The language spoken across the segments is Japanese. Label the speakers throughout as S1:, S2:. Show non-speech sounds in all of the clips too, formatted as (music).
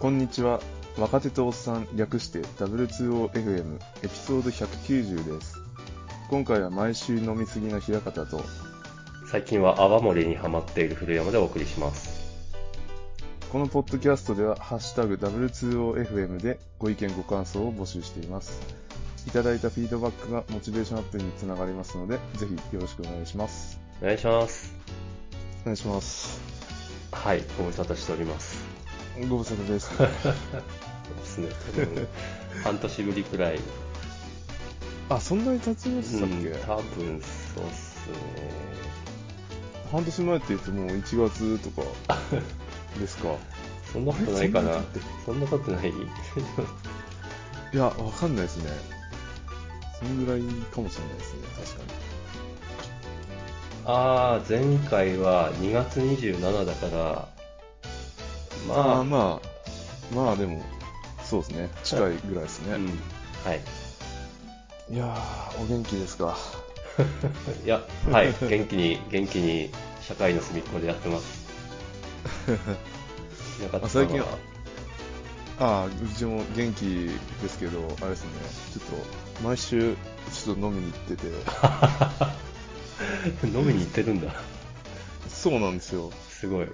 S1: こんにちは。若手とおっさん略して W2OFM エピソード190です。今回は毎週飲みすぎの平方と、
S2: 最近は泡盛にハマっている古山でお送りします。
S1: このポッドキャストではハッシュタグ W2OFM でご意見ご感想を募集しています。いただいたフィードバックがモチベーションアップにつながりますので、ぜひよろしくお願いします。
S2: お願いします。
S1: お願いします。
S2: はい、ご無沙汰しております。
S1: ご無沙汰です。
S2: そうですね、多分 (laughs) 半年ぶりくらい。
S1: (laughs) あ、そんなに経ちま
S2: う
S1: したっけ、
S2: ん、多分そうっすね。
S1: 半年前って言ってもう1月とか (laughs) ですか
S2: そんなことないか
S1: あ
S2: な
S1: れ
S2: そんなことない
S1: いや、わかんないですね。そのぐらいかもしれないですね、
S2: (laughs) ああ、前回は2月27だから、
S1: 確かに。
S2: まあ、
S1: ああ、まあ、まあでも、そうですね、近いぐらいです
S2: うん
S1: ね。、
S2: はい。
S1: いやー、お元気ですか。
S2: (laughs) いや、はい、元気に、元気に、社会の隅っこでやってます。なかっ
S1: (laughs)
S2: た
S1: あ最近はああ、うちも元気ですけど、あれですね、ちょっと、毎週、ちょっと飲みに行 (laughs) ってて、
S2: (laughs) 飲みに行ってるんだ。
S1: そうなんですよ。
S2: すごい。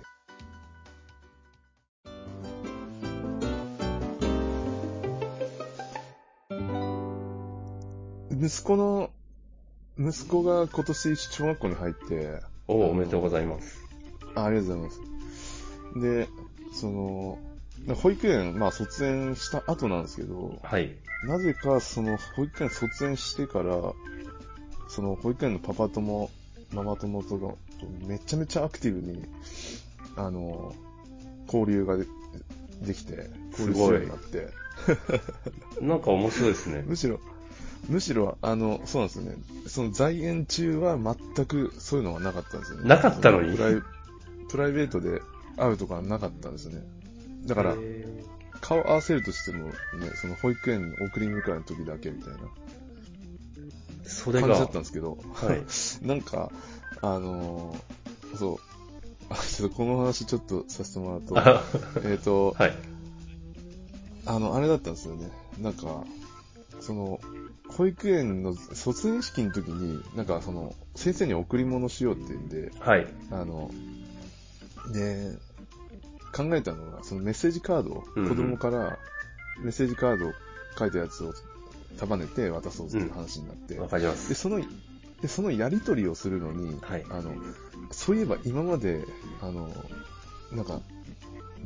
S1: 息子の、息子が今年小学校に入って、
S2: おお、おめでとうございます。
S1: あありがとうございます。で、その、保育園、まあ卒園した後なんですけど、
S2: はい。
S1: なぜかその保育園卒園してから、その保育園のパパ友、ママ友とか、めちゃめちゃアクティブに、あの、交流がでできて、交流するようになって、
S2: なんか面白いですね。
S1: むしろ、むしろ、あの、そうなんですよね。その在園中は全くそういうのはなかったんですよね。
S2: なかったのに
S1: プライプライベートで会うとかはなかったんですよね。だから
S2: へ、ー
S1: 顔合わせるとしても、ね、その保育園の送り迎えの時だけみたいな
S2: それが、
S1: 感じだったん
S2: は
S1: ですけど、 (laughs)
S2: い。
S1: なんか、あのーそう、あちょっとこの話ちょっとさせてもらうと、
S2: あ
S1: えっと、
S2: (laughs) はい。
S1: あの、あれだったんですよね。なんか、その、保育園の卒園式の時に、なんかその、先生に贈り物しようって言うんで、
S2: はい。
S1: あの、で、考えたのが、そのメッセージカードを、
S2: うんうん
S1: 子供からメッセージカードを書いたやつを束ねて渡そうっていう話になって、
S2: わかります。
S1: で、その、で、そのやりとりをするのに、
S2: はい。
S1: あの、そういえば今まで、あの、なんか、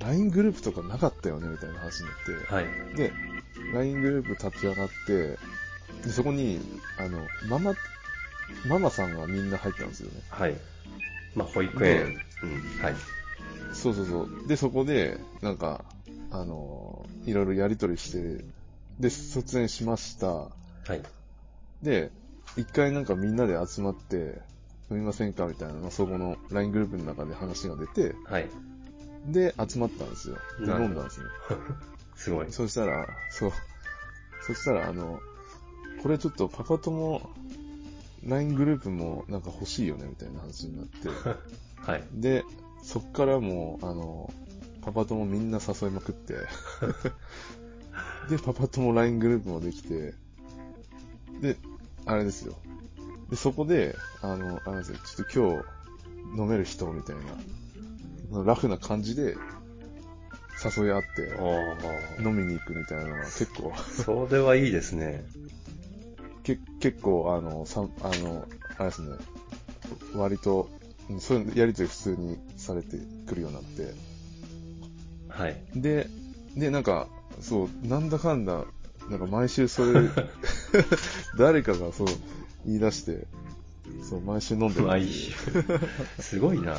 S1: LINE グループとかなかったよねみたいな話になって、
S2: はい。
S1: で、LINE グループ立ち上がって、でそこに、あの、ママ、ママさんがみんな入ったんですよね。
S2: はい。まあ、保育園。うん。はい。
S1: そうそうそう。で、そこで、なんか、あのーいろいろやりとりして、で、卒園しました。
S2: はい。
S1: で、一回なんかみんなで集まって、飲みませんかみたいなの、そこの LINE グループの中で話が出て、
S2: はい。
S1: で、集まったんですよ。で、
S2: なるほど
S1: 飲んだんですね。
S2: すごい。
S1: そしたら、そう。そしたら、あの、これちょっとパパ友、LINE グループもなんか欲しいよね、みたいな話になって。
S2: はい。
S1: で、そっからもう、あの、パパ友みんな誘いまくって。で、パパ友 LINE グループもできて。で、あれですよ。で、そこで、あの、あれですよ、ちょっと今日飲める人みたいな、ラフな感じで誘い合って。
S2: ああ。
S1: 飲みに行くみたいなのが結構、
S2: (laughs) それはいいですね。
S1: け結構、あの、さあの、あれですね、割と、うんそういうやりとり普通にされてくるようになって、
S2: はい。
S1: で、で、なんか、そう、なんだかんだ、なんか毎週それ、誰かがそう、言い出して、そう、毎週飲んでる
S2: 毎週。 (laughs) すごいな。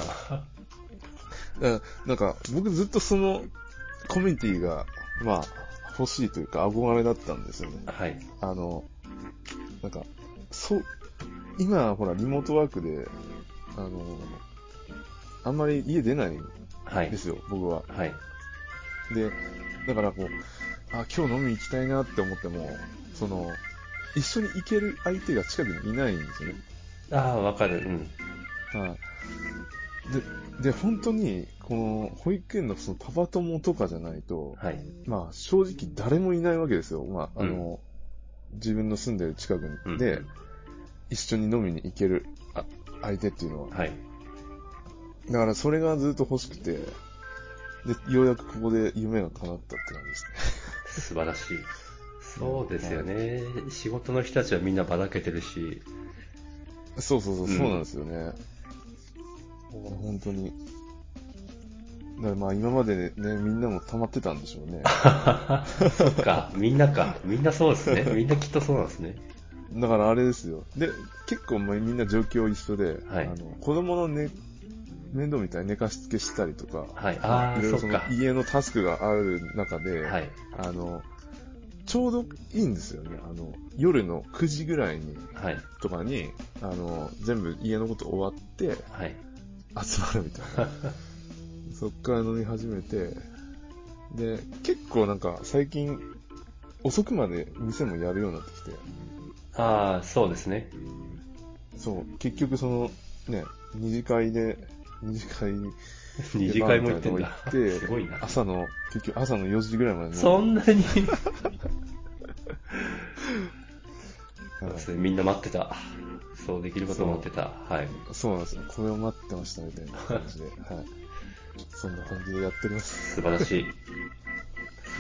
S1: うんなんか、僕ずっとその、コミュニティが、まあ、欲しいというか、憧れだったんですよね。
S2: はい。
S1: あの、なんか、そう、今、ほら、リモートワークで、あの、あんまり家出ないん
S2: は
S1: で
S2: い。
S1: すよ、僕は。
S2: はい。
S1: で、だからこう、あ、今日飲み行きたいなって思っても、その、一緒に行ける相手が近くにいないんですよね。
S2: ああ、わかる。うん。
S1: はい、で、本当に、この、保育園のそのパパ友とかじゃないと、
S2: はい。
S1: まあ、正直誰もいないわけですよ。まあ、あの、自分の住んでる近く
S2: うん
S1: に。で、一緒に飲みに行ける
S2: あ
S1: 相手っていうのは。
S2: はい。
S1: だから、それがずっと欲しくて、で、ようやくここで夢が叶ったって感じですね。
S2: 素晴らしい。そうですよね。仕事の人たちはみんなばらけてるし、
S1: そうそうそうう、
S2: ん
S1: そうなんですよね。本当に。だからまあ今までね、みんなも溜まってたんでしょうね。
S2: そっ (laughs) か、みんなか。みんなそうですね。みんなきっとそうなんですね。
S1: だからあれですよ。で、結構もうみんな状況一緒で、
S2: はい
S1: あの子供の、ね、面倒みたいに寝かしつけしたりとか、
S2: はい。あ
S1: い
S2: あ、
S1: ろいろ
S2: そ
S1: そ
S2: っ
S1: の
S2: か。
S1: 家のタスクがある中で、
S2: はい。
S1: あの、ちょうどいいんですよね。あの、夜の9時ぐらいに、
S2: はい。
S1: とかに、あの、全部家のこと終わって、
S2: (laughs) はい。
S1: 集まるみたいな。そっから飲み始めて、で、結構なんか最近、遅くまで店もやるようになってきて、
S2: ああ、そうですね。
S1: そう、結局その、ね、二次会で、二次会に、
S2: 二次会も行ってんだ。
S1: バーみたいなとこ行って
S2: すごいな。
S1: 朝の、結局朝の4時ぐらいまで飲んで
S2: そんなに。
S1: はい
S2: それみんな待ってた。そうできることを待ってた。はい。
S1: そうなんですよ。これを待ってましたみたいな感じで、はい。そんな感じでやっております。
S2: 素晴らしい。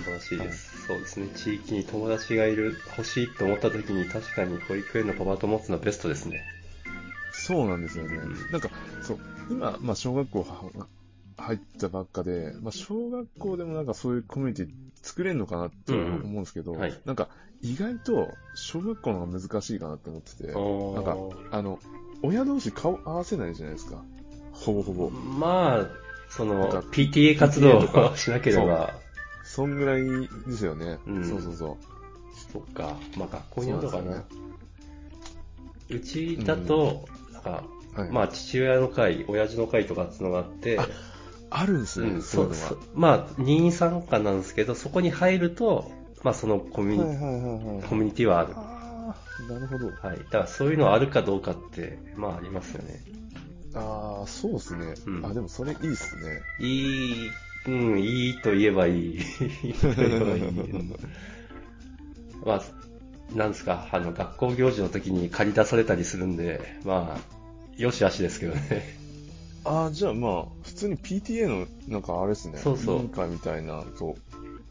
S2: 素晴らしいです。そうですね。地域に友達がいる、欲しいと思った時に確かに保育園のパパと持つのはベストですね。
S1: そうなんですよね
S2: うん。
S1: なんか、そう、今、まあ、小学校は入ったばっかで、まあ、小学校でもなんかそういうコミュニティ作れるのかなって思うんですけど、
S2: うんうんはい
S1: なんか、意外と、小学校の方が難しいかなって思ってて、なんか
S2: おー
S1: あの、親同士顔合わせないじゃないですか。ほぼほぼ。
S2: まあ、その
S1: なん、か
S2: PTA 活動をしなければ、
S1: そんぐらいですよね。
S2: うん
S1: そうそうそ
S2: そっか、まあ学校によるのか
S1: そう
S2: な。
S1: なん
S2: うちだと、なんか、
S1: う。はい。
S2: まあ父親の会、親父の会とかっていうのがあって、
S1: あるんですね、
S2: うん、
S1: そい
S2: そう
S1: う
S2: う
S1: のは
S2: そう。まあ、任意参加なんですけど、そこに入ると、まあ、そのコミュニ、
S1: はいはいはいはい。
S2: コミュニティはある。
S1: ああ、なるほど。
S2: はい。だから、そういうのあるかどうかって、まあ、ありますよね。
S1: ああ、そうですね。
S2: うん
S1: あ、でもそれいいっすね。
S2: いい、うん、いいと言えば (laughs) いい。いいと言えばいい。まあ、なんですか、あの、学校行事の時に借り出されたりするんで、まあ、よしあしですけどね。
S1: (laughs) ああ、じゃあまあ、普通に PTA の、なんかあれですね。
S2: そうそう
S1: 委員会みたいなのと、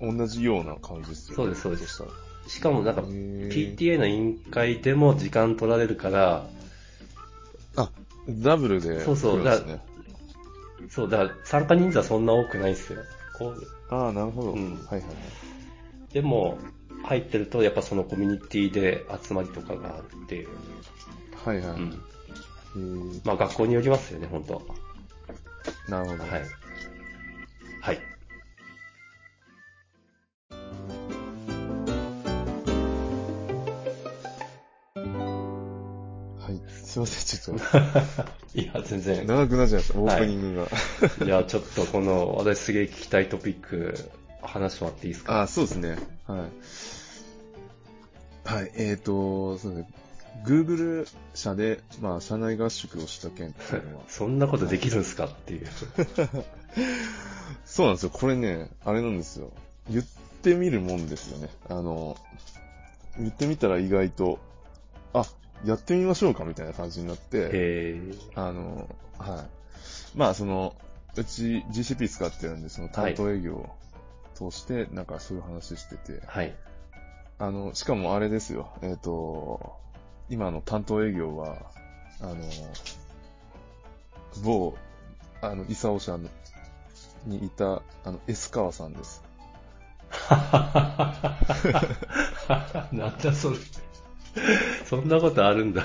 S1: 同じような感じですよね。
S2: そうですそうです
S1: したら。
S2: しかも、なんか、
S1: へー
S2: PTA の委員会でも時間取られるから、
S1: あ、ダブルで、
S2: そうそう
S1: 来るんですね。
S2: そう、だから、参加人数はそんな多くないですよ。こう
S1: ああ、なるほど。
S2: うん
S1: はいはいはい。
S2: でも、入ってると、やっぱそのコミュニティで集まりとかがあっていう。
S1: はいは
S2: う
S1: い。
S2: ん。
S1: えー
S2: まあ、学校によりますよね、本当は
S1: なるほど。
S2: い。はい。 (laughs)
S1: はい。すいません、ちょっ
S2: いや、全
S1: と、
S2: (laughs) 然。
S1: 長くなっちゃいました、オープニングが。
S2: じゃあ、ちょっとこの、私すげえ聞きたいトピック、話してもらっていいですか、
S1: あ、そうですね。はい。はい、えっ、ー、と、そうですね。Google 社で、まあ、社内合宿をした件っていうのは
S2: そんなことできるんすかっていう。
S1: そうなんですよ。これね、あれなんですよ。言ってみるもんですよね。あの、言ってみたら意外と、あ、やってみましょうかみたいな感じになって、
S2: え
S1: あの、はい。まあ、その、うち GCP 使ってるんで、その担当営業を通して、なんかそういう話してて、
S2: ー、はい。
S1: あの、しかもあれですよ、えっ、と、今の担当営業は、あの、某、あの、イサオ社のにいた、あの、S 川さんです。
S2: (laughs) なんだそれ。そんなことあるん (laughs) だ。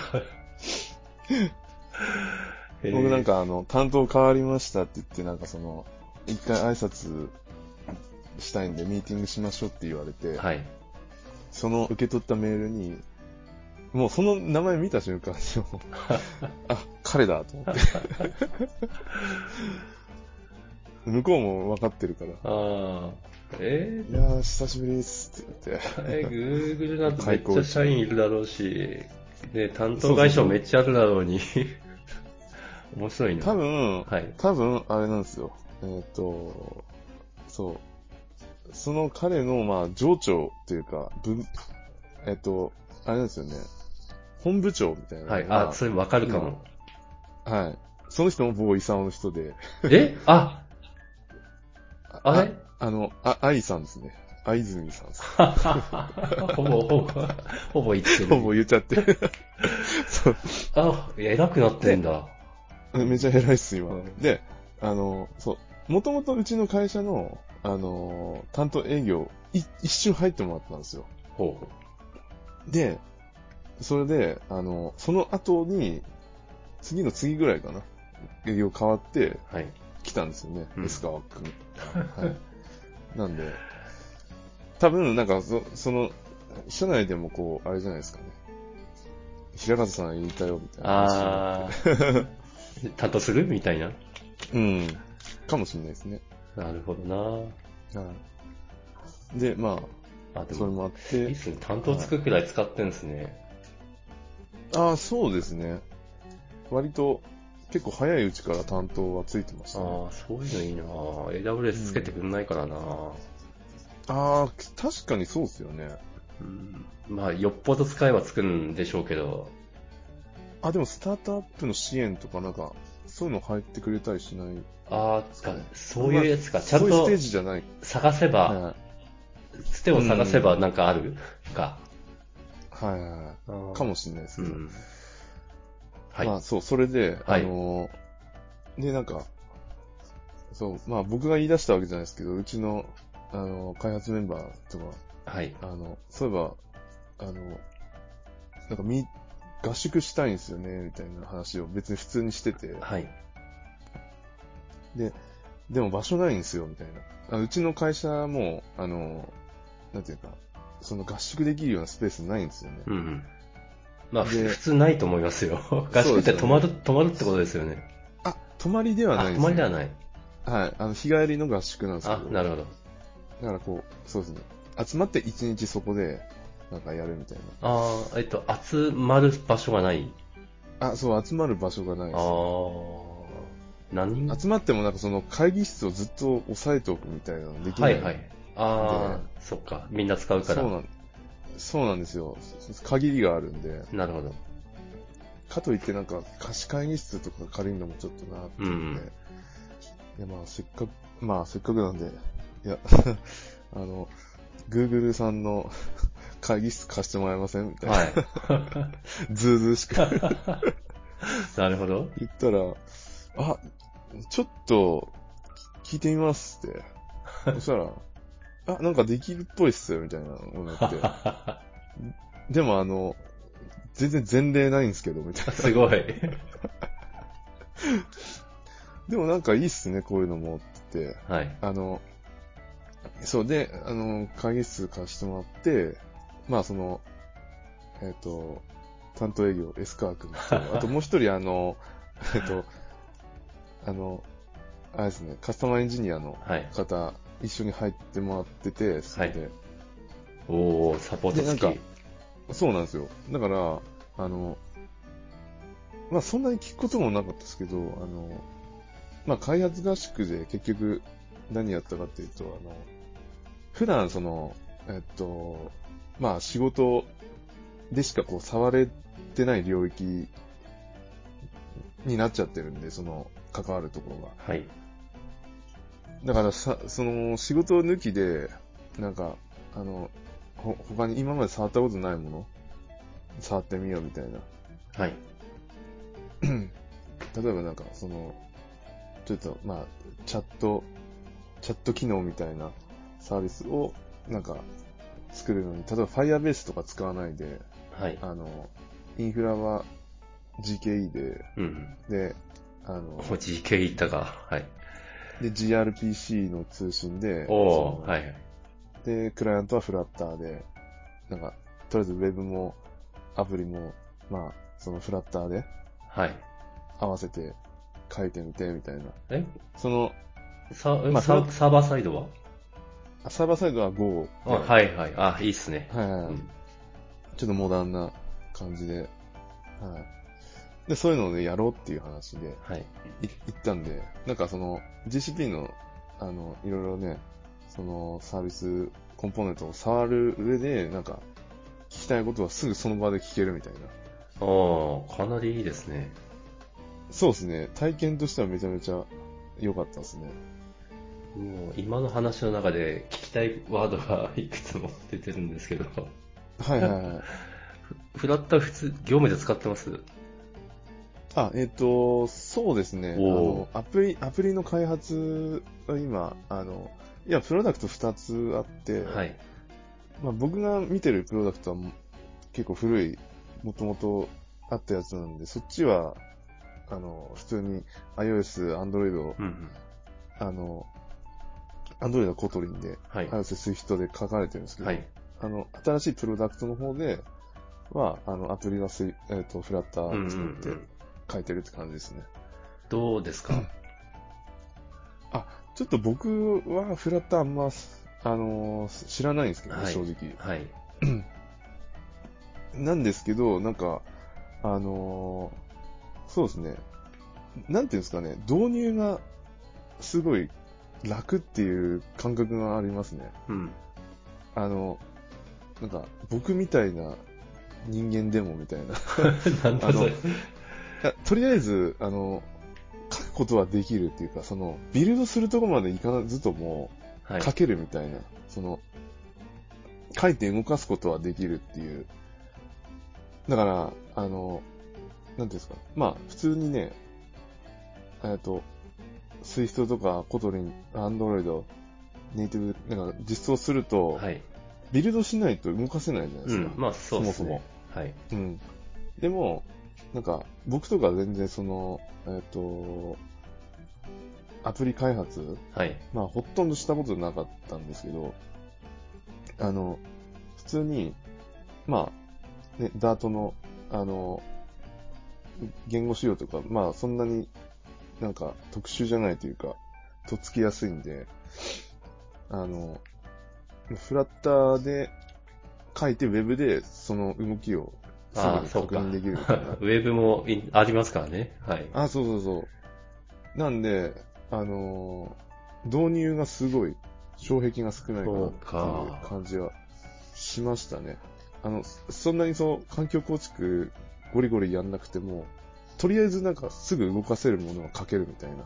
S2: えー
S1: 僕なん、かあの、担当変わりましたって言って、なんかその、一回挨拶したいんでミーティングしましょうって言われて、
S2: はい。
S1: その受け取ったメールに、もうその名前見た瞬 (laughs) 間にもう、あ、彼だと思 (laughs) って。向こうも分かってるから、い
S2: ああ、えー、
S1: やー、久しぶりですって言って。
S2: えー Google なんてめっちゃ社員いるだろうし、ね、担当
S1: そうそう
S2: 会
S1: そ
S2: 社
S1: う
S2: (laughs) めっちゃあるだろうに。面白いな。
S1: 多分、
S2: はい。
S1: 多分、あれなんですよ。えーっ、と、そう。その彼の、まあ、上長というか、部えーっ、と、あれなんですよね。本部長みたいなのが。
S2: はい。あ、それわかるかも。
S1: はい。その人も某イサオの人で。
S2: えああれ
S1: あの、あ、愛さんですね。愛泉さん (laughs) です。
S2: ほぼ、ほぼ、ほぼ言って
S1: ほぼ
S2: る。
S1: 言っちゃって。 (laughs) そう。
S2: あ、偉くなってんだ。
S1: めちゃ偉いっす、今。
S2: うん
S1: で、あの、そう、もともとうちの会社の、あの、担当営業、い一瞬入ってもらったんですよ。
S2: ほう。
S1: で、それで、あの、その後に、次の次ぐらいかな。営業変わって
S2: はい。
S1: 来たんですよね、
S2: うん
S1: エスカワ君。はい。なんで、多分、なんかそ、その、社内でもこう、あれじゃないですかね。平方さん引退をみたいな話にな
S2: ああ、担当するみたいな。
S1: って。うん。かもしれないですね。
S2: なるほど
S1: はい。で、ま
S2: な。あ、
S1: あ、
S2: で
S1: それ
S2: も、
S1: もあっ、
S2: いいってすね。担当つくくらい使ってんですね。
S1: ああ、そうですね。割と、結構早いうちから担当はついてましたね。
S2: ああ、そういうのいいな。AWS つけてくんないからな。
S1: ああー、確かにそうですよね。
S2: うんまあ、よっぽど使えばつくんでしょうけど、
S1: あ、でもスタートアップの支援とかなんか、そういうの入ってくれたりしない。
S2: ああ、つかそういうやつか。ちゃん
S1: そういうス
S2: と
S1: テージじゃない。
S2: 探せ
S1: はい
S2: ば、
S1: はい。
S2: つてを探せばなんかあるか。
S1: はいはいは
S2: か
S1: い。かもしれないです
S2: う
S1: けど。
S2: ん。はい。
S1: まあそう、それで、
S2: はい
S1: あのーで、なんか、そう、まあ僕が言い出したわけじゃないですけど、うちの、あの、開発メンバーとか、
S2: はい。
S1: あの、そういえば、あの、なんかみ、合宿したいんですよね、みたいな話を別に普通にしてて、
S2: はい。
S1: でも場所ないんですよ、みたいな。あうちの会社も、あの、なんていうか、その合宿できるようなスペースないんですよね。
S2: うんうん。まあ、ふ
S1: で
S2: 普通ないと思います
S1: (laughs)
S2: よ。合宿って泊まる、泊まるってことですよね。
S1: あ、泊まりでは
S2: あ、
S1: ないん
S2: 泊
S1: です
S2: まり
S1: よ
S2: ではない。
S1: はい、あの、日帰りの合宿なんですけ
S2: あ
S1: ど、、
S2: なるほど。
S1: だからこう、そうですね。集まって一日そこで、なんかやるみたい
S2: ああ、えっと、集まる場所がない。
S1: な。あ、そう、集まる場所がない
S2: あ
S1: で
S2: あ
S1: す。
S2: ー。何人
S1: 集まってもなんかその会議室をずっと押さえておくみたいなのできな。
S2: はいいはい。ああ、そっか。みんな使うか
S1: そう
S2: ら。
S1: なんそうなんですよ。限りがあるんで。
S2: なるほど。
S1: かといってなんか貸し会議室とか借りるのもちょっとなって
S2: う
S1: 思って
S2: ん。
S1: いやまあせっかく、まあせっかくなんで、いや、 (laughs) あの、Google さんの (laughs) 会議室貸してもらえませんみたいな。
S2: は
S1: ずうずうしく (laughs)
S2: い。なるほど。
S1: 言ったら、あ、ちょっと、聞いてみますって。そしたら、あ、なんかできるっぽいっすよ、みたいなのになって。
S2: (laughs)
S1: でもあの、全然前例ないんですけど、みたい
S2: (laughs) すごい。
S1: な。でもなんかいいっすね、こういうのも、って。
S2: はい。
S1: あの、そうで、あの、会議室貸してもらって、まあその、えっ、と、担当営業、エスカー君と、あともう一人、あの、えっ、と、あの、あれですね、カスタマーエンジニアの
S2: はい。
S1: 方、一緒に入ってもらってて、それで、
S2: おおサポート付
S1: でなん
S2: き
S1: か。そうなんですよ。だから、あの、まあそんなに聞くこともなかったですけど、あの、まあ開発合宿で結局何やったかっていうと、あの、普段その、えっと、まあ仕事でしかこう触れてない領域になっちゃってるんで、その関わるところが。
S2: はい。
S1: だからさ、その仕事抜きで、なんか、あの、ほ、他に今まで触ったことないもの、触ってみようみたいな。
S2: はい。
S1: 例えばなんか、その、ちょっと、まあ、チャット、チャット機能みたいなサービスを、なんか、作るのに、例えば Firebase とか使わないで、
S2: はい。
S1: あの、インフラは GKE で、
S2: うん。
S1: で、あの、
S2: お GK 行ったか。はい。
S1: で、GRPC の通信で、
S2: お
S1: そ
S2: お
S1: の
S2: はい。
S1: で、クライアントはフラッターで、なんか、とりあえずウェブも、アプリも、まあ、そのフラッターで
S2: はい。
S1: 合わせて書いてみて、みたいな。
S2: え
S1: その、
S2: サ,、
S1: まあ
S2: サ
S1: そ
S2: サーバーサイドは
S1: サーバーサイドは Go
S2: あ
S1: で。い。
S2: はいはい。あ、いいっすね。
S1: はい、
S2: う
S1: はい。
S2: ん
S1: ちょっとモダンな感じで、はい。で、そういうのをね、やろうっていう話で、
S2: はい。
S1: い行ったんで、なんかその GCP の、あの、いろいろね、そのサービスコンポーネントを触る上で、なんか、聞きたいことはすぐその場で聞けるみたいな。
S2: ああ、かなりいいですね。
S1: そうですね。体験としてはめちゃめちゃ良かったですね。
S2: もう今の話の中で聞きたいワードが (laughs) いくつも出てるんですけど、 (laughs)
S1: はいはいはい。
S2: フラッター普通、業務で使ってます
S1: あ、えっ、と、そうですね。あ
S2: お
S1: の、アプリ、アプリの開発は今、あの、いや、プロダクト2つあって、
S2: はい。
S1: まあ、僕が見てるプロダクトはも結構古い、もともとあったやつなんで、そっちは、あの、普通に iOS、Android、
S2: うんうん。
S1: あの、Android はコトリンで、
S2: はい。
S1: iOS、Swift で書かれてるんですけど、
S2: はい。
S1: あの、新しいプロダクトの方では、あの、アプリはスイ、えっ、と、フラッタ
S2: うんう
S1: ー
S2: んう
S1: 作って
S2: ん。
S1: 書いてるって感じですね。
S2: どうですか
S1: ちょっと僕はフラッターあんま、あのー知らないんですけどね、
S2: はい
S1: 正直。
S2: はい。
S1: なんですけど、なんか、あのーそうですね。なんていうんですかね、導入がすごい楽っていう感覚がありますね。
S2: うん。
S1: あの、なんか、僕みたいな人間でもみたいな。
S2: (laughs) なんだそ
S1: い
S2: れ。
S1: やとりあえず、あの、書くことはできるっていうか、その、ビルドするとこまでいかずとも、
S2: はい。
S1: 書けるみたいな、その、書いて動かすことはできるっていう。だから、あの、なんていうんですか、まあ、普通にね、えっと、スイフトとかコトリン、アンドロイド、ネイティブ、なんか実装すると、
S2: はい。
S1: ビルドしないと動かせないじゃないうですか。
S2: ん。まあ、そうですね。はい。
S1: うん。でも、なんか、僕とか全然その、えっ、と、アプリ開発、
S2: はい。 (laughs)
S1: まあ、ほとんどしたことなかったんですけど、あの、普通に、まあ、ね、ダートの、あの、言語仕様とか、まあ、そんなになんか特殊じゃないというか、とっつきやすいんで、あの、フラッターで書いて、ウェブでその動きをすぐ
S2: ああ、
S1: に
S2: そう
S1: 確
S2: か。
S1: 認
S2: ウ
S1: できるみたいな。
S2: ェブもいありますからね。はい。
S1: あ、そうそうそう。なんで、あのー導入がすごい、障壁が少ないかな
S2: そう
S1: っ
S2: か
S1: ていう感じはしましたね。あの、そそんなにそう、環境構築ゴリゴリやんなくても、とりあえずなんかすぐ動かせるものは書けるみたいな。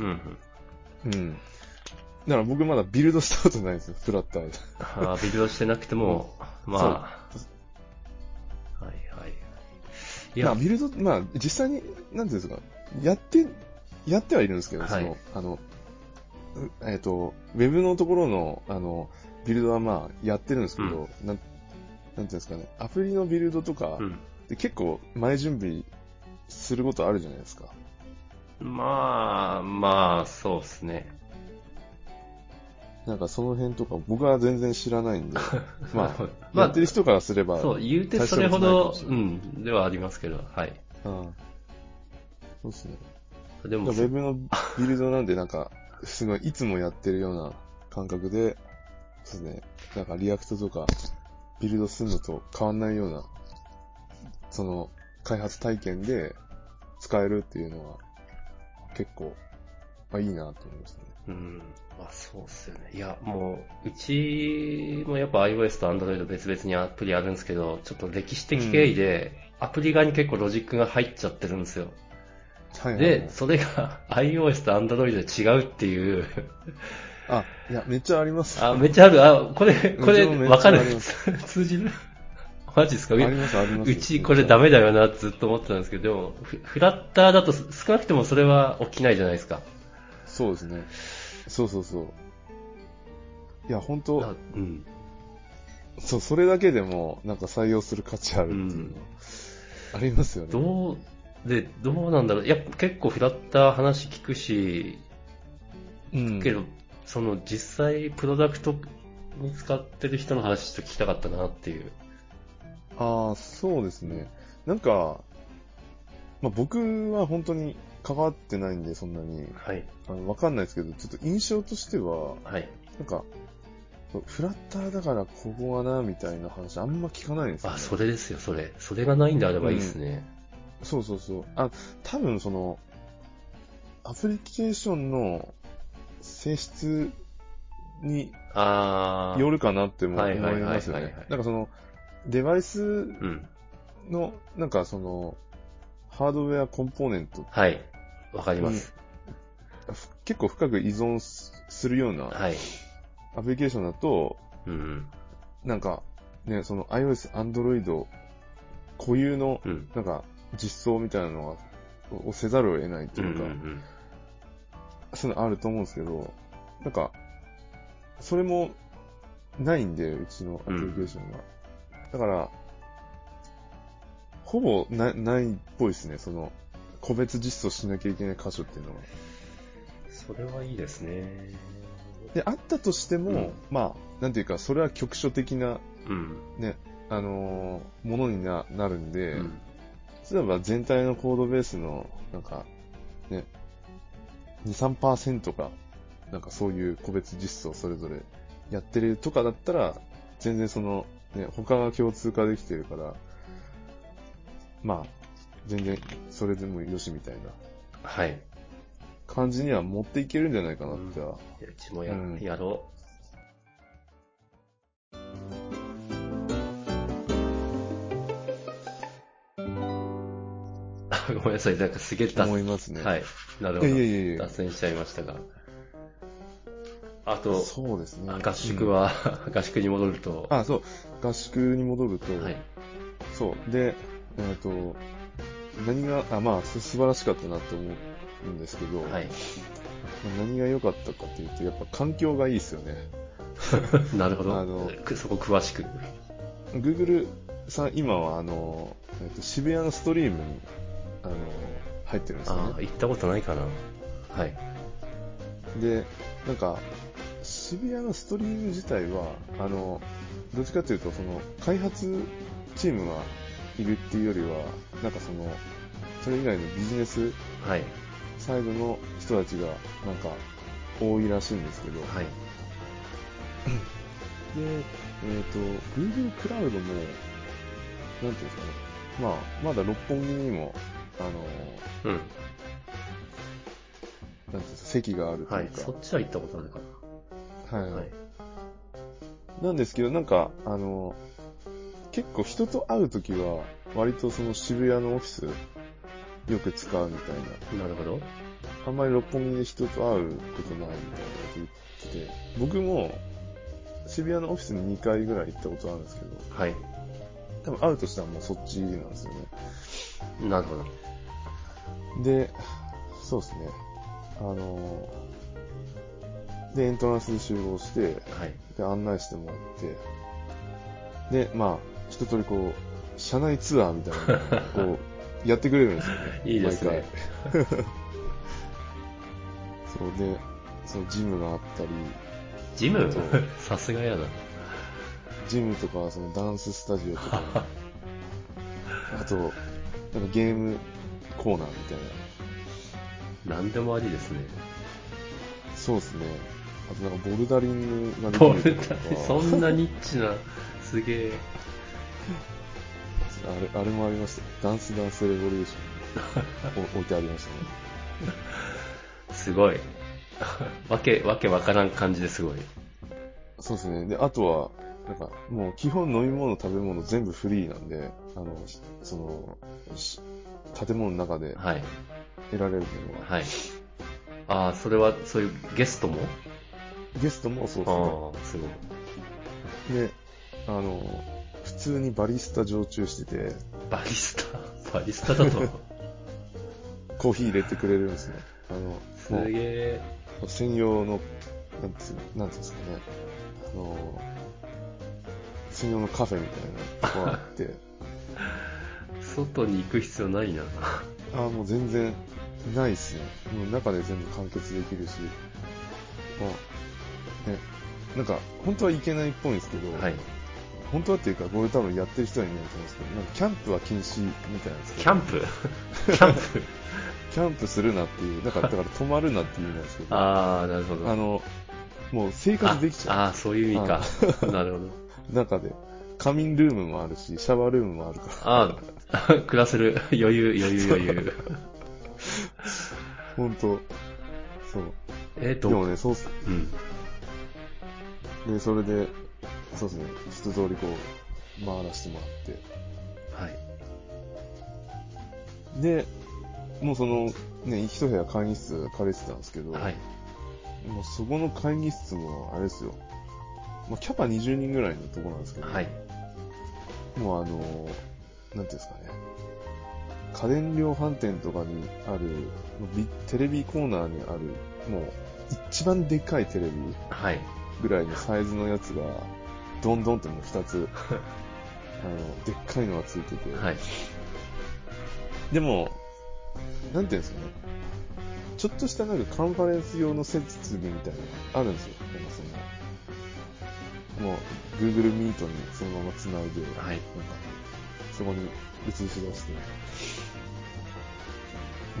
S2: うんうん。
S1: うん。だから僕まだビルドしたことないんですよ、フラッターで。
S2: あービルドしてなくても、ま
S1: そ
S2: あ。はいはい。い
S1: まあ、
S2: や、
S1: ビルド、まあ、実際に、なんていうんですか、やって、やってはいるんですけど、
S2: はい
S1: その、あの、うえっ、と、ウェブのところの、あの、ビルドはまあ、やってるんですけど、なん、なんていうんですかね、アプリのビルドとか
S2: う、ん。
S1: で結構前準備することあるじゃないですか。
S2: まあ、まあ、そうですね。
S1: なんかその辺とか僕は全然知らない
S2: (laughs)
S1: んで、まあ、
S2: ま
S1: や
S2: あ
S1: って、る人からすれば、
S2: そう、言うてそれほど、うん、ではありますけど、はい。
S1: うんそうですね。
S2: で
S1: だ
S2: も、
S1: からウェブのビルドなんで、なんか、すごい、いつもやってるような感覚で、そうですね、なんかリアクトとか、ビルドするのと変わんないような、その、開発体験で使えるっていうのは、結構、まあ、いいなと思いますね。
S2: うん、まあそうっすよね。いや、もう、うちもやっぱ iOS と Android 別々にアプリあるんですけど、ちょっと歴史的経緯で、アプリ側に結構ロジックが入っちゃってるんですよ。
S1: はいはい、はい
S2: で、。それが iOS と Android で違うっていう、
S1: あ、いや、めっちゃあります。あ
S2: あ、めっちゃある、あ、これ、これ、
S1: うちもめっちゃ
S2: わかる
S1: ありま
S2: (laughs) 通じるマジですか
S1: ります、あります。
S2: うちこれダメだよな、ずっと思ってたんですけど、でも、フフラッターだと少なくてもそれは起きないじゃないですか。
S1: そうですね。そうそうそう。いや、本当
S2: あうん。
S1: そう、それだけでも、なんか採用する価値あるっていうのは、ありますよね。
S2: どう、で、どうなんだろう。いや、結構フラッター話聞くし、
S1: うん
S2: けど、その実際プロダクトに使ってる人の話ちょっと聞きたかったなっていう。
S1: ああ、そうですね。なんか、まあ、僕は本当に関わってないんで、そんなに。
S2: はい。
S1: あの、わかんないですけど、ちょっと印象としては、
S2: はい。
S1: なんか、フラッターだからここはな、みたいな話、あんま聞かないんですよ、
S2: あ、
S1: ね。
S2: それですよ、それ。それがないんであればいいですね。
S1: そうそうそう。あ、多分その、アプリケーションの性質に
S2: ああ。
S1: よるかなっても
S2: あ
S1: 思
S2: ー
S1: いますよ
S2: はいはいはいはい
S1: ね
S2: はい。
S1: なんかその、デバイス
S2: うん。
S1: の、なんかその、ハードウェアコンポーネント、
S2: はい。わかります。
S1: ふ結構深く依存すするような
S2: はい。
S1: アプリケーションだと、
S2: うん。
S1: なんか、ね、その iOS、Android 固有の、
S2: うん。
S1: なんか、実装みたいなのが、ををせざるを得ないと
S2: う
S1: い
S2: ん。うん
S1: うか、
S2: うん。
S1: そういうのあると思うんですけど、なんか、それもないんで、うちのアプリケーションが。だから、ほぼなないっぽいですね、その、個別実装しなきゃいけない箇所っていうのは。
S2: それはいいですね。
S1: で、あったとしても、
S2: うん
S1: まあ、なんていうか、それは局所的な、
S2: うん。
S1: あのーものにななるん
S2: う
S1: で、
S2: ん。
S1: 例えば全体のコードベースの、なんか、ね、2、3%が、なんかそういう個別実装それぞれやってるとかだったら、全然その、ね、他が共通化できてるから、まあ、全然それでもよしみたいな
S2: はい。い
S1: 感じには持っていけるんじゃないかなっては。
S2: やうちもや、
S1: うん
S2: やろう。ごめんなさい、なんかすげえ脱
S1: 思いますね。
S2: はい。なる
S1: い
S2: ほ
S1: やい
S2: ど
S1: や。いやいや
S2: 脱線しちゃいましたが。あと、
S1: そうですね。
S2: 合宿は、合宿に戻ると、
S1: うん、あ、そう。合宿に戻ると、
S2: はい。
S1: そう。で、えっ、と、何が、あ、まあ、す素晴らしかったなと思うんですけど、 (laughs)
S2: は
S1: まあ
S2: い。
S1: 何が良かったかというと、やっぱ環境がいいですよね。
S2: なるほど
S1: あの
S2: くそこ詳しく。
S1: Google さん、今は、あの、えっと渋谷のストリームに、あの、入ってるんです
S2: あ
S1: よ
S2: あ、
S1: ね。
S2: 行ったことないかな。はい。
S1: で、なんか、渋谷のストリーム自体は、あの、どっちかというと、その、開発チームがいるっていうよりは、なんかその、それ以外のビジネス
S2: はい。
S1: サイドの人たちがなんか多いらしいんですけど、
S2: はい。
S1: で、えっ、と、Google クラウドも、なんていうんですかね、まあ、まだ六本木にも、あの、
S2: うん。
S1: なんていうんですか、席があると。
S2: はいいう
S1: か
S2: そ、っちは行ったことあるか
S1: はい、
S2: な。
S1: は
S2: はいい。。
S1: なんですけど、なんか、あの、結構人と会うときは、割とその渋谷のオフィス、よく使うみたいな。
S2: なるほど。
S1: あんまり六本木で人と会うことないみたいなこと言ってて、僕も渋谷のオフィスに2回ぐらい行ったことあるんですけど、
S2: はい。
S1: 多分会うとしたらもうそっちなんですよね。
S2: なるほど。
S1: で、そうですね。あのーで、エントランスで集合して、
S2: はい。
S1: で、案内してもらって、で、まあ、一通りこう、社内ツアーみたいなのを、こう、やってくれるんですよね。
S2: (laughs) いいですね
S1: 毎回。そうで、そのジムがあったり、
S2: ジム
S1: そう
S2: さすがやな。
S1: ジムとか、そのダンススタジオとか、あと、なんかゲームコーナーみたいな。
S2: 何でもありですね。
S1: そうですね。あとなんかボルダリングがで
S2: ボ
S1: き
S2: ル
S1: ると
S2: ダ
S1: か
S2: リング、そんなニッチな、すげえ。
S1: あれ、あれもありましたよ。ダンスダンスレボリューション。お置いてありましたね。
S2: すごい。 (laughs) わけ、わけわからん感じですごい。
S1: そうですね。で、あとは、なんか、もう基本飲み物、食べ物全部フリーなんで、あの、しその、し建物の中で
S2: はい。
S1: 得られるものは。
S2: はい。ああ、それは、そういうゲストも
S1: ゲストもそう
S2: ああ、すごい。
S1: ですね。で、あの、普通にバリスタ常駐してて、
S2: バリスタ、バリスタだと、 (laughs)
S1: コーヒー入れてくれるんですよ。あの、
S2: す
S1: もう
S2: げえ。
S1: 専用の、なんていう、なんていうんですかね、あの、専用のカフェみたいなとこあ
S2: (laughs)
S1: って、
S2: 外に行く必要 (laughs) ないな。
S1: ああ、もう全然ないっすね。もう中で全部完結できるし、もう、ね、なんか、本当はいけないっぽいんですけど、
S2: はい。
S1: 本当はっていうか、これ多分やってる人はいないと思うんですけど、なんかキャンプは禁止みたいなんですけ
S2: キ
S1: ど、
S2: ャン (laughs) プキャンプ
S1: キャンプするなっていう、だから、だから泊まるなっていう意味なんですけど、あ
S2: ああ、なるほど。
S1: の、もう生活できちゃう。
S2: ああー、そういう意味か。なるほど。
S1: 中で。仮眠ルームもあるし、シャワールームもあるから、 (laughs)
S2: ああ、 (laughs) 暮らせる余裕、余裕、余裕。
S1: ほんと、そう。
S2: えっ
S1: で
S2: と、
S1: もね、そうす、
S2: うん。
S1: で、それで、そうですね、一通りこう、回らせてもらって。
S2: はい。
S1: で、もうその、ね、一部屋会議室借りてたんですけど、
S2: はい。
S1: もうそこの会議室も、あれですよ、まあ、キャパ20人ぐらいのとこなんですけど、
S2: はい。
S1: もうあの、なんていうんですかね、家電量販店とかにある、ビテレビコーナーにある、もう、一番でかいテレビ
S2: はい。
S1: ぐらいのサイズのやつが、どんどんともう二
S2: (laughs)
S1: つ、あの、でっかいのがついてて、
S2: はい。
S1: でも、なんていうんですかね。ちょっとしたなんかカンファレンス用の設備みたいなのがあるんですよ。なんかその、もう Google Meet にそのまま繋いで、
S2: は
S1: なんか、
S2: い
S1: そこに映し出して、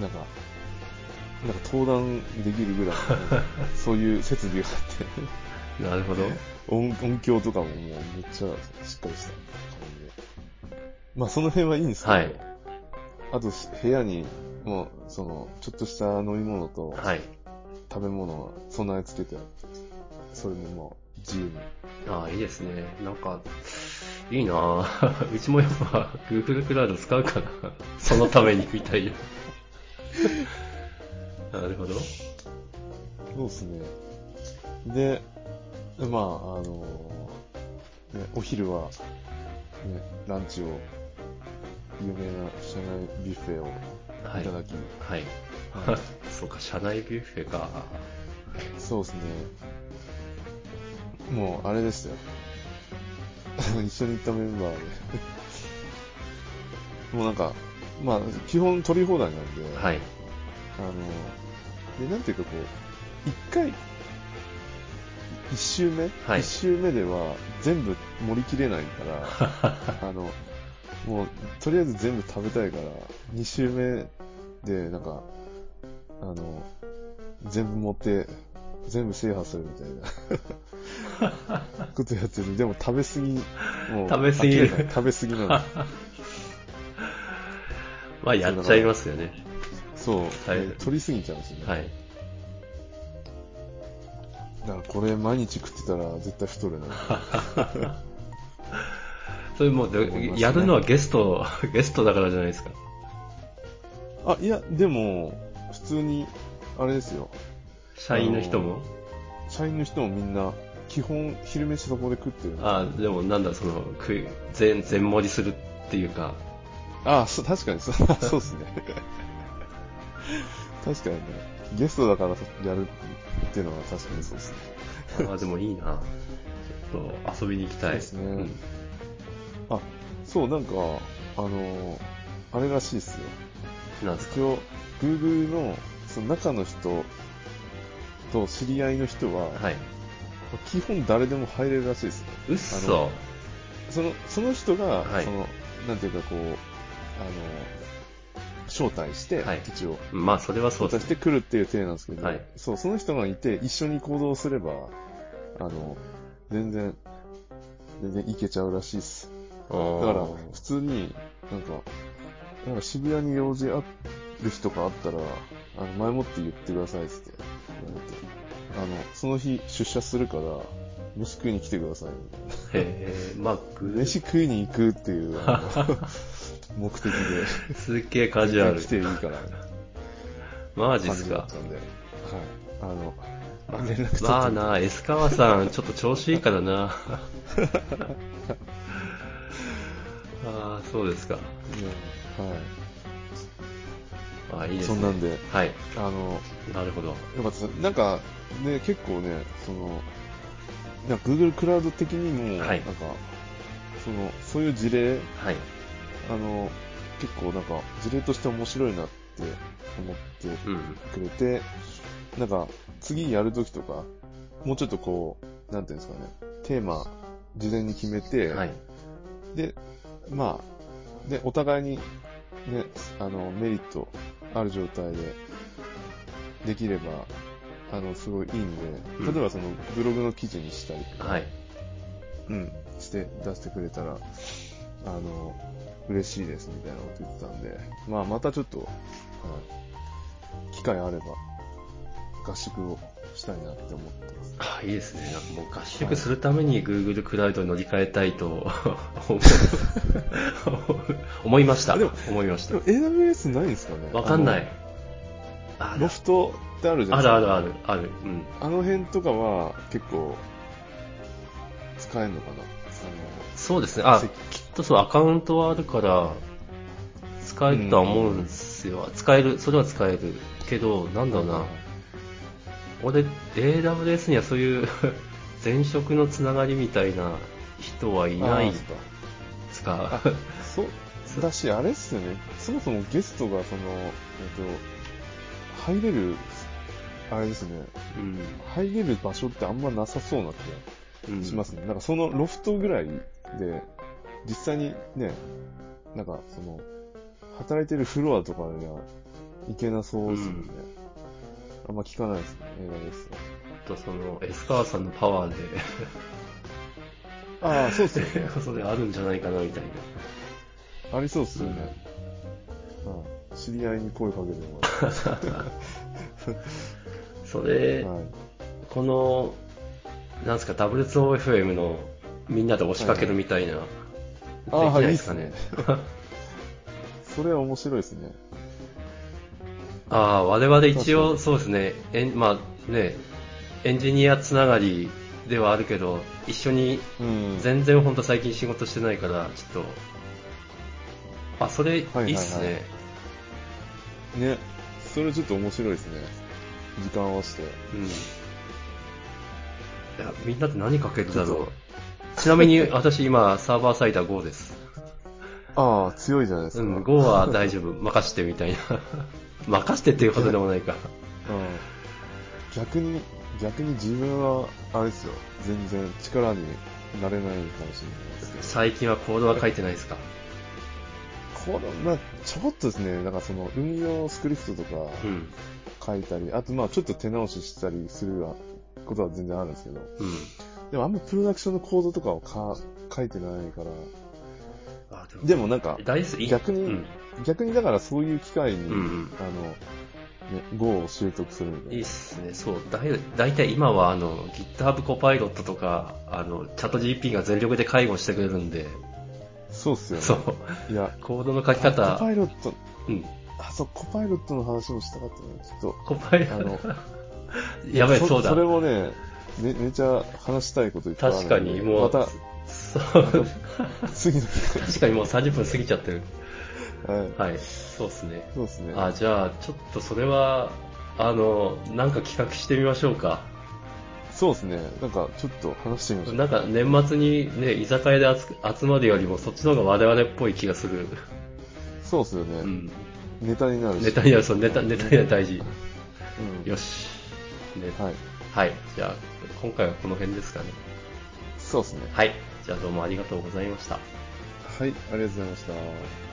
S1: なんか、なんか登壇できるぐらいの、なんかそういう設備があって、
S2: なるほど。
S1: 音音響とかももうめっちゃしっかりした感じで。まあその辺はいいんですけど、
S2: はい
S1: あとし部屋にもうそのちょっとした飲み物と
S2: はい。
S1: 食べ物を備え付けてあって、それももう自由に。
S2: ああ、いいですね。なんか、いいな (laughs) あうちもやっぱ Google クラウド使うかな。そのためにみたい (laughs) な。なるほど。
S1: そうですね。で、まああのね、お昼は、ね、ランチを、有名な社内ビュッフェを
S2: はい
S1: いただき、
S2: はい。 (laughs) そうか、社内ビュッフェか。
S1: そうですね。もう、あれでしたよ。 (laughs) あの一緒に行ったメンバーで。 (laughs) もうなんか、まあ、基本取り放題なんで、
S2: はい。
S1: あの、で、なんていうかこう、一回、一周目、
S2: はい
S1: 一周目では全部盛り切れないから、あの、もう、とりあえず全部食べたいから、二周目で、なんか、あの、全部持って、全部制覇するみたいなことやってる。でも食べ過ぎ、もう
S2: 食べ過ぎ
S1: 明
S2: る
S1: らかに食べ過ぎなの。
S2: (laughs) まあ、やっちゃいますよね。
S1: そう、
S2: はい
S1: ね取り過ぎちゃうんですよね。
S2: はい。
S1: だからこれ毎日食ってたら絶対太るな。
S2: それもうど、
S1: 思いますね
S2: やるのはゲスト、 (laughs) ゲストだからじゃないですか。
S1: あ、いや、でも、普通に、あれですよ。
S2: 社員の人も。
S1: 社員の人もみんな、基本、昼飯そこで食ってるんで。
S2: ああ、でもなんだ、その、食い、全、全盛りするっていうか。
S1: あ、そう、確かに、そうそうですね。 (laughs) 確かにね、ゲストだからやるっていうのは確かにそうですね。
S2: ああ、でもいいな。ちょっと遊びに行きたい。
S1: そうですね
S2: ん
S1: あ、そう、なんか、あのあれらしいですよ。
S2: なんですか
S1: 一応、Google の、その中の人と知り合いの人は、
S2: はい。
S1: 基本誰でも入れるらしいですね。
S2: うっそ。
S1: その、その人が、
S2: はい
S1: その、なんていうかこう、あの、招待して、
S2: はい
S1: 一応、
S2: まあ、それはそう
S1: 招
S2: で
S1: 待し
S2: す
S1: て
S2: ね。
S1: 来るっていう体なんですけど、
S2: はい
S1: そう、その人がいて、一緒に行動すれば、あの、全然、全然いけちゃうらしいっす。だから、普通に、なんか、なんか渋谷に用事ある日とかあったら、あの、前もって言ってくださいっつって、言われて、あの、その日出社するから、飯食いに来てください、みたいな。
S2: へえ、まあ、ぐ
S1: 飯食いに行くっていう、あの
S2: (laughs)
S1: 目的で、
S2: すっげえカジュアル
S1: 来。ていいから、
S2: マジっ
S1: 感
S2: す
S1: じだ
S2: か
S1: っ。たんで、はい。あの、
S2: ま
S1: 連絡取って
S2: まあな、エスカワさん、ちょっと調子いいか
S1: (laughs)
S2: らな。ああ、そうですか。
S1: うんは
S2: ああ、いい
S1: い。
S2: です
S1: そ
S2: ね。
S1: んなんで、
S2: はい。
S1: あの、
S2: なるほど。
S1: よかったです。なんか、ね、結構ね、その、なんか Google クラウド的にも、
S2: はい
S1: なんか、その、そういう事例、
S2: はい。
S1: あの、結構なんか、事例として面白いなって思って
S2: うん。
S1: くれて、なんか、次やるときとか、もうちょっとこう、なんていうんですかね、テーマ、事前に決めて、
S2: はい。
S1: で、まあ、で、お互いに、ね、あの、メリットある状態で、できれば、あの、すごいいいん
S2: うん
S1: で、例えばその、ブログの記事にしたり、
S2: はい。
S1: うん、して、出してくれたら、あの、嬉しいですみたいなこと言ってたんで、まあ、またちょっと、はい、機会あれば、合宿をしたいなって思ってます。
S2: あいいですね。なんかもう合宿するために Google クラウドに乗り換えたい
S1: (laughs)
S2: と思いました。
S1: でも
S2: 思いまし
S1: で
S2: た
S1: も。AWS ないんですかね
S2: わかんない。
S1: あの
S2: あ
S1: ロ
S2: る
S1: フトってあるじゃな
S2: あ
S1: いです
S2: る
S1: か。
S2: あるある。あるうん。
S1: あの辺とかは結構使えるのかなあ
S2: そうですね。あ、
S1: 席
S2: きっとそう、アカウントはあるから、使えるとは思うんですよ。使える、それは使える。けど、なんだろうな。俺、AWS にはそういう (laughs) 前職のつながりみたいな人はい
S1: の
S2: ない
S1: あー
S2: で
S1: そっか
S2: すか。
S1: そうだしあれっすよねそもそもゲストがそのえっと入れるあれですね
S2: (laughs) うん。
S1: 入れる場所ってあんまなさそうな気
S2: うん
S1: がしますね、なんかそのロフトぐらいで実際にねなんかその働いてるフロアとかには行けなそうですもんね、あんま聞かないですね AWS は
S2: とそのエスカーさんのパワーで
S1: ああ、そうっすよ
S2: それ
S1: ね。
S2: こ (laughs) そであるんじゃないかなみたい
S1: ありそうっすよね。うん、知り合いに声かけてもら
S2: なそれ、
S1: (laughs) う。はい。
S2: このなんですか W2OFM のみんなで押しかけるみたいな、
S1: はい
S2: できないですか
S1: あー
S2: ね
S1: (laughs) それは面白いですね。
S2: ああ我々一応そうですねえんまあねエンジニアつながりではあるけど一緒に
S1: うん。
S2: 全然本当最近仕事してないからちょっとあそれいいっすね、
S1: はいはいはいね。それちょっと面白いですね。時間を合わせて。
S2: うんいや、みんなって何かけるだろう。ちなみに私今サーバーサイダー5です。
S1: ああ、強いじゃないです
S2: う
S1: か。
S2: ん、
S1: うん。
S2: 5は大丈夫。 (laughs) 任してみたいな。任してっていうことでもないか。
S1: 逆に、逆に自分は、あれですよ。全然力になれないかもしれないですけど。
S2: 最近はコードは書いてないですか
S1: この、まあ、ちょこっとですね、なんかその、運用スクリプトとか、
S2: うん。
S1: 書いたり、あとまあちょっと手直ししたりすることは全然あるんですけど、
S2: うん。
S1: でもあんまプロダクションのコードとかをか書いてないから、
S2: あで
S1: でもなんか、
S2: 大好き。
S1: 逆に
S2: うん。
S1: 逆にだからそういう機会に、
S2: うんうん
S1: あの、ね、Go を習得するみた
S2: い
S1: い
S2: いっ
S1: な。
S2: すね。そう。だい大体今はあの GitHub コパイロットとか、あの、チャット GP が全力で介護してくれるんで、
S1: そうっすよね。
S2: そう。
S1: いや、
S2: コードの書き
S1: コパ
S2: 方、
S1: イロット、
S2: うん。
S1: あ、そう、コパイロットの話もしたかったね。ちょっ
S2: コパイ
S1: と、
S2: ロ
S1: あ
S2: ッ
S1: の、
S2: ト、やべえ、そうだ
S1: そ。れもね、めめちゃ話したいこといっぱいあるん
S2: 確
S1: で
S2: かに、も
S1: ま
S2: う、
S1: た、
S2: そう
S1: 次の機
S2: 確かにもう30分過ぎちゃってる。
S1: 会。はい。
S2: はい、そうですね。
S1: そうですね。
S2: あ、じゃあ、ちょっとそれは、あの、なんか企画してみましょうか。
S1: そうですね。なんか、ちょっと話してみましょう。
S2: なんか年末にね、居酒屋で集集まるよりも、そっちの方が我々っぽい気がする。
S1: そうっすよね。
S2: うん。
S1: ネタになるし。
S2: ネタには、そう、ネタ、ネタには大事。
S1: うん
S2: よし。ね、
S1: はい。
S2: はい。じゃあ、今回はこの辺ですかね。
S1: そうですね。
S2: はい。じゃあどうもありがとうございました。
S1: はい、ありがとうございました。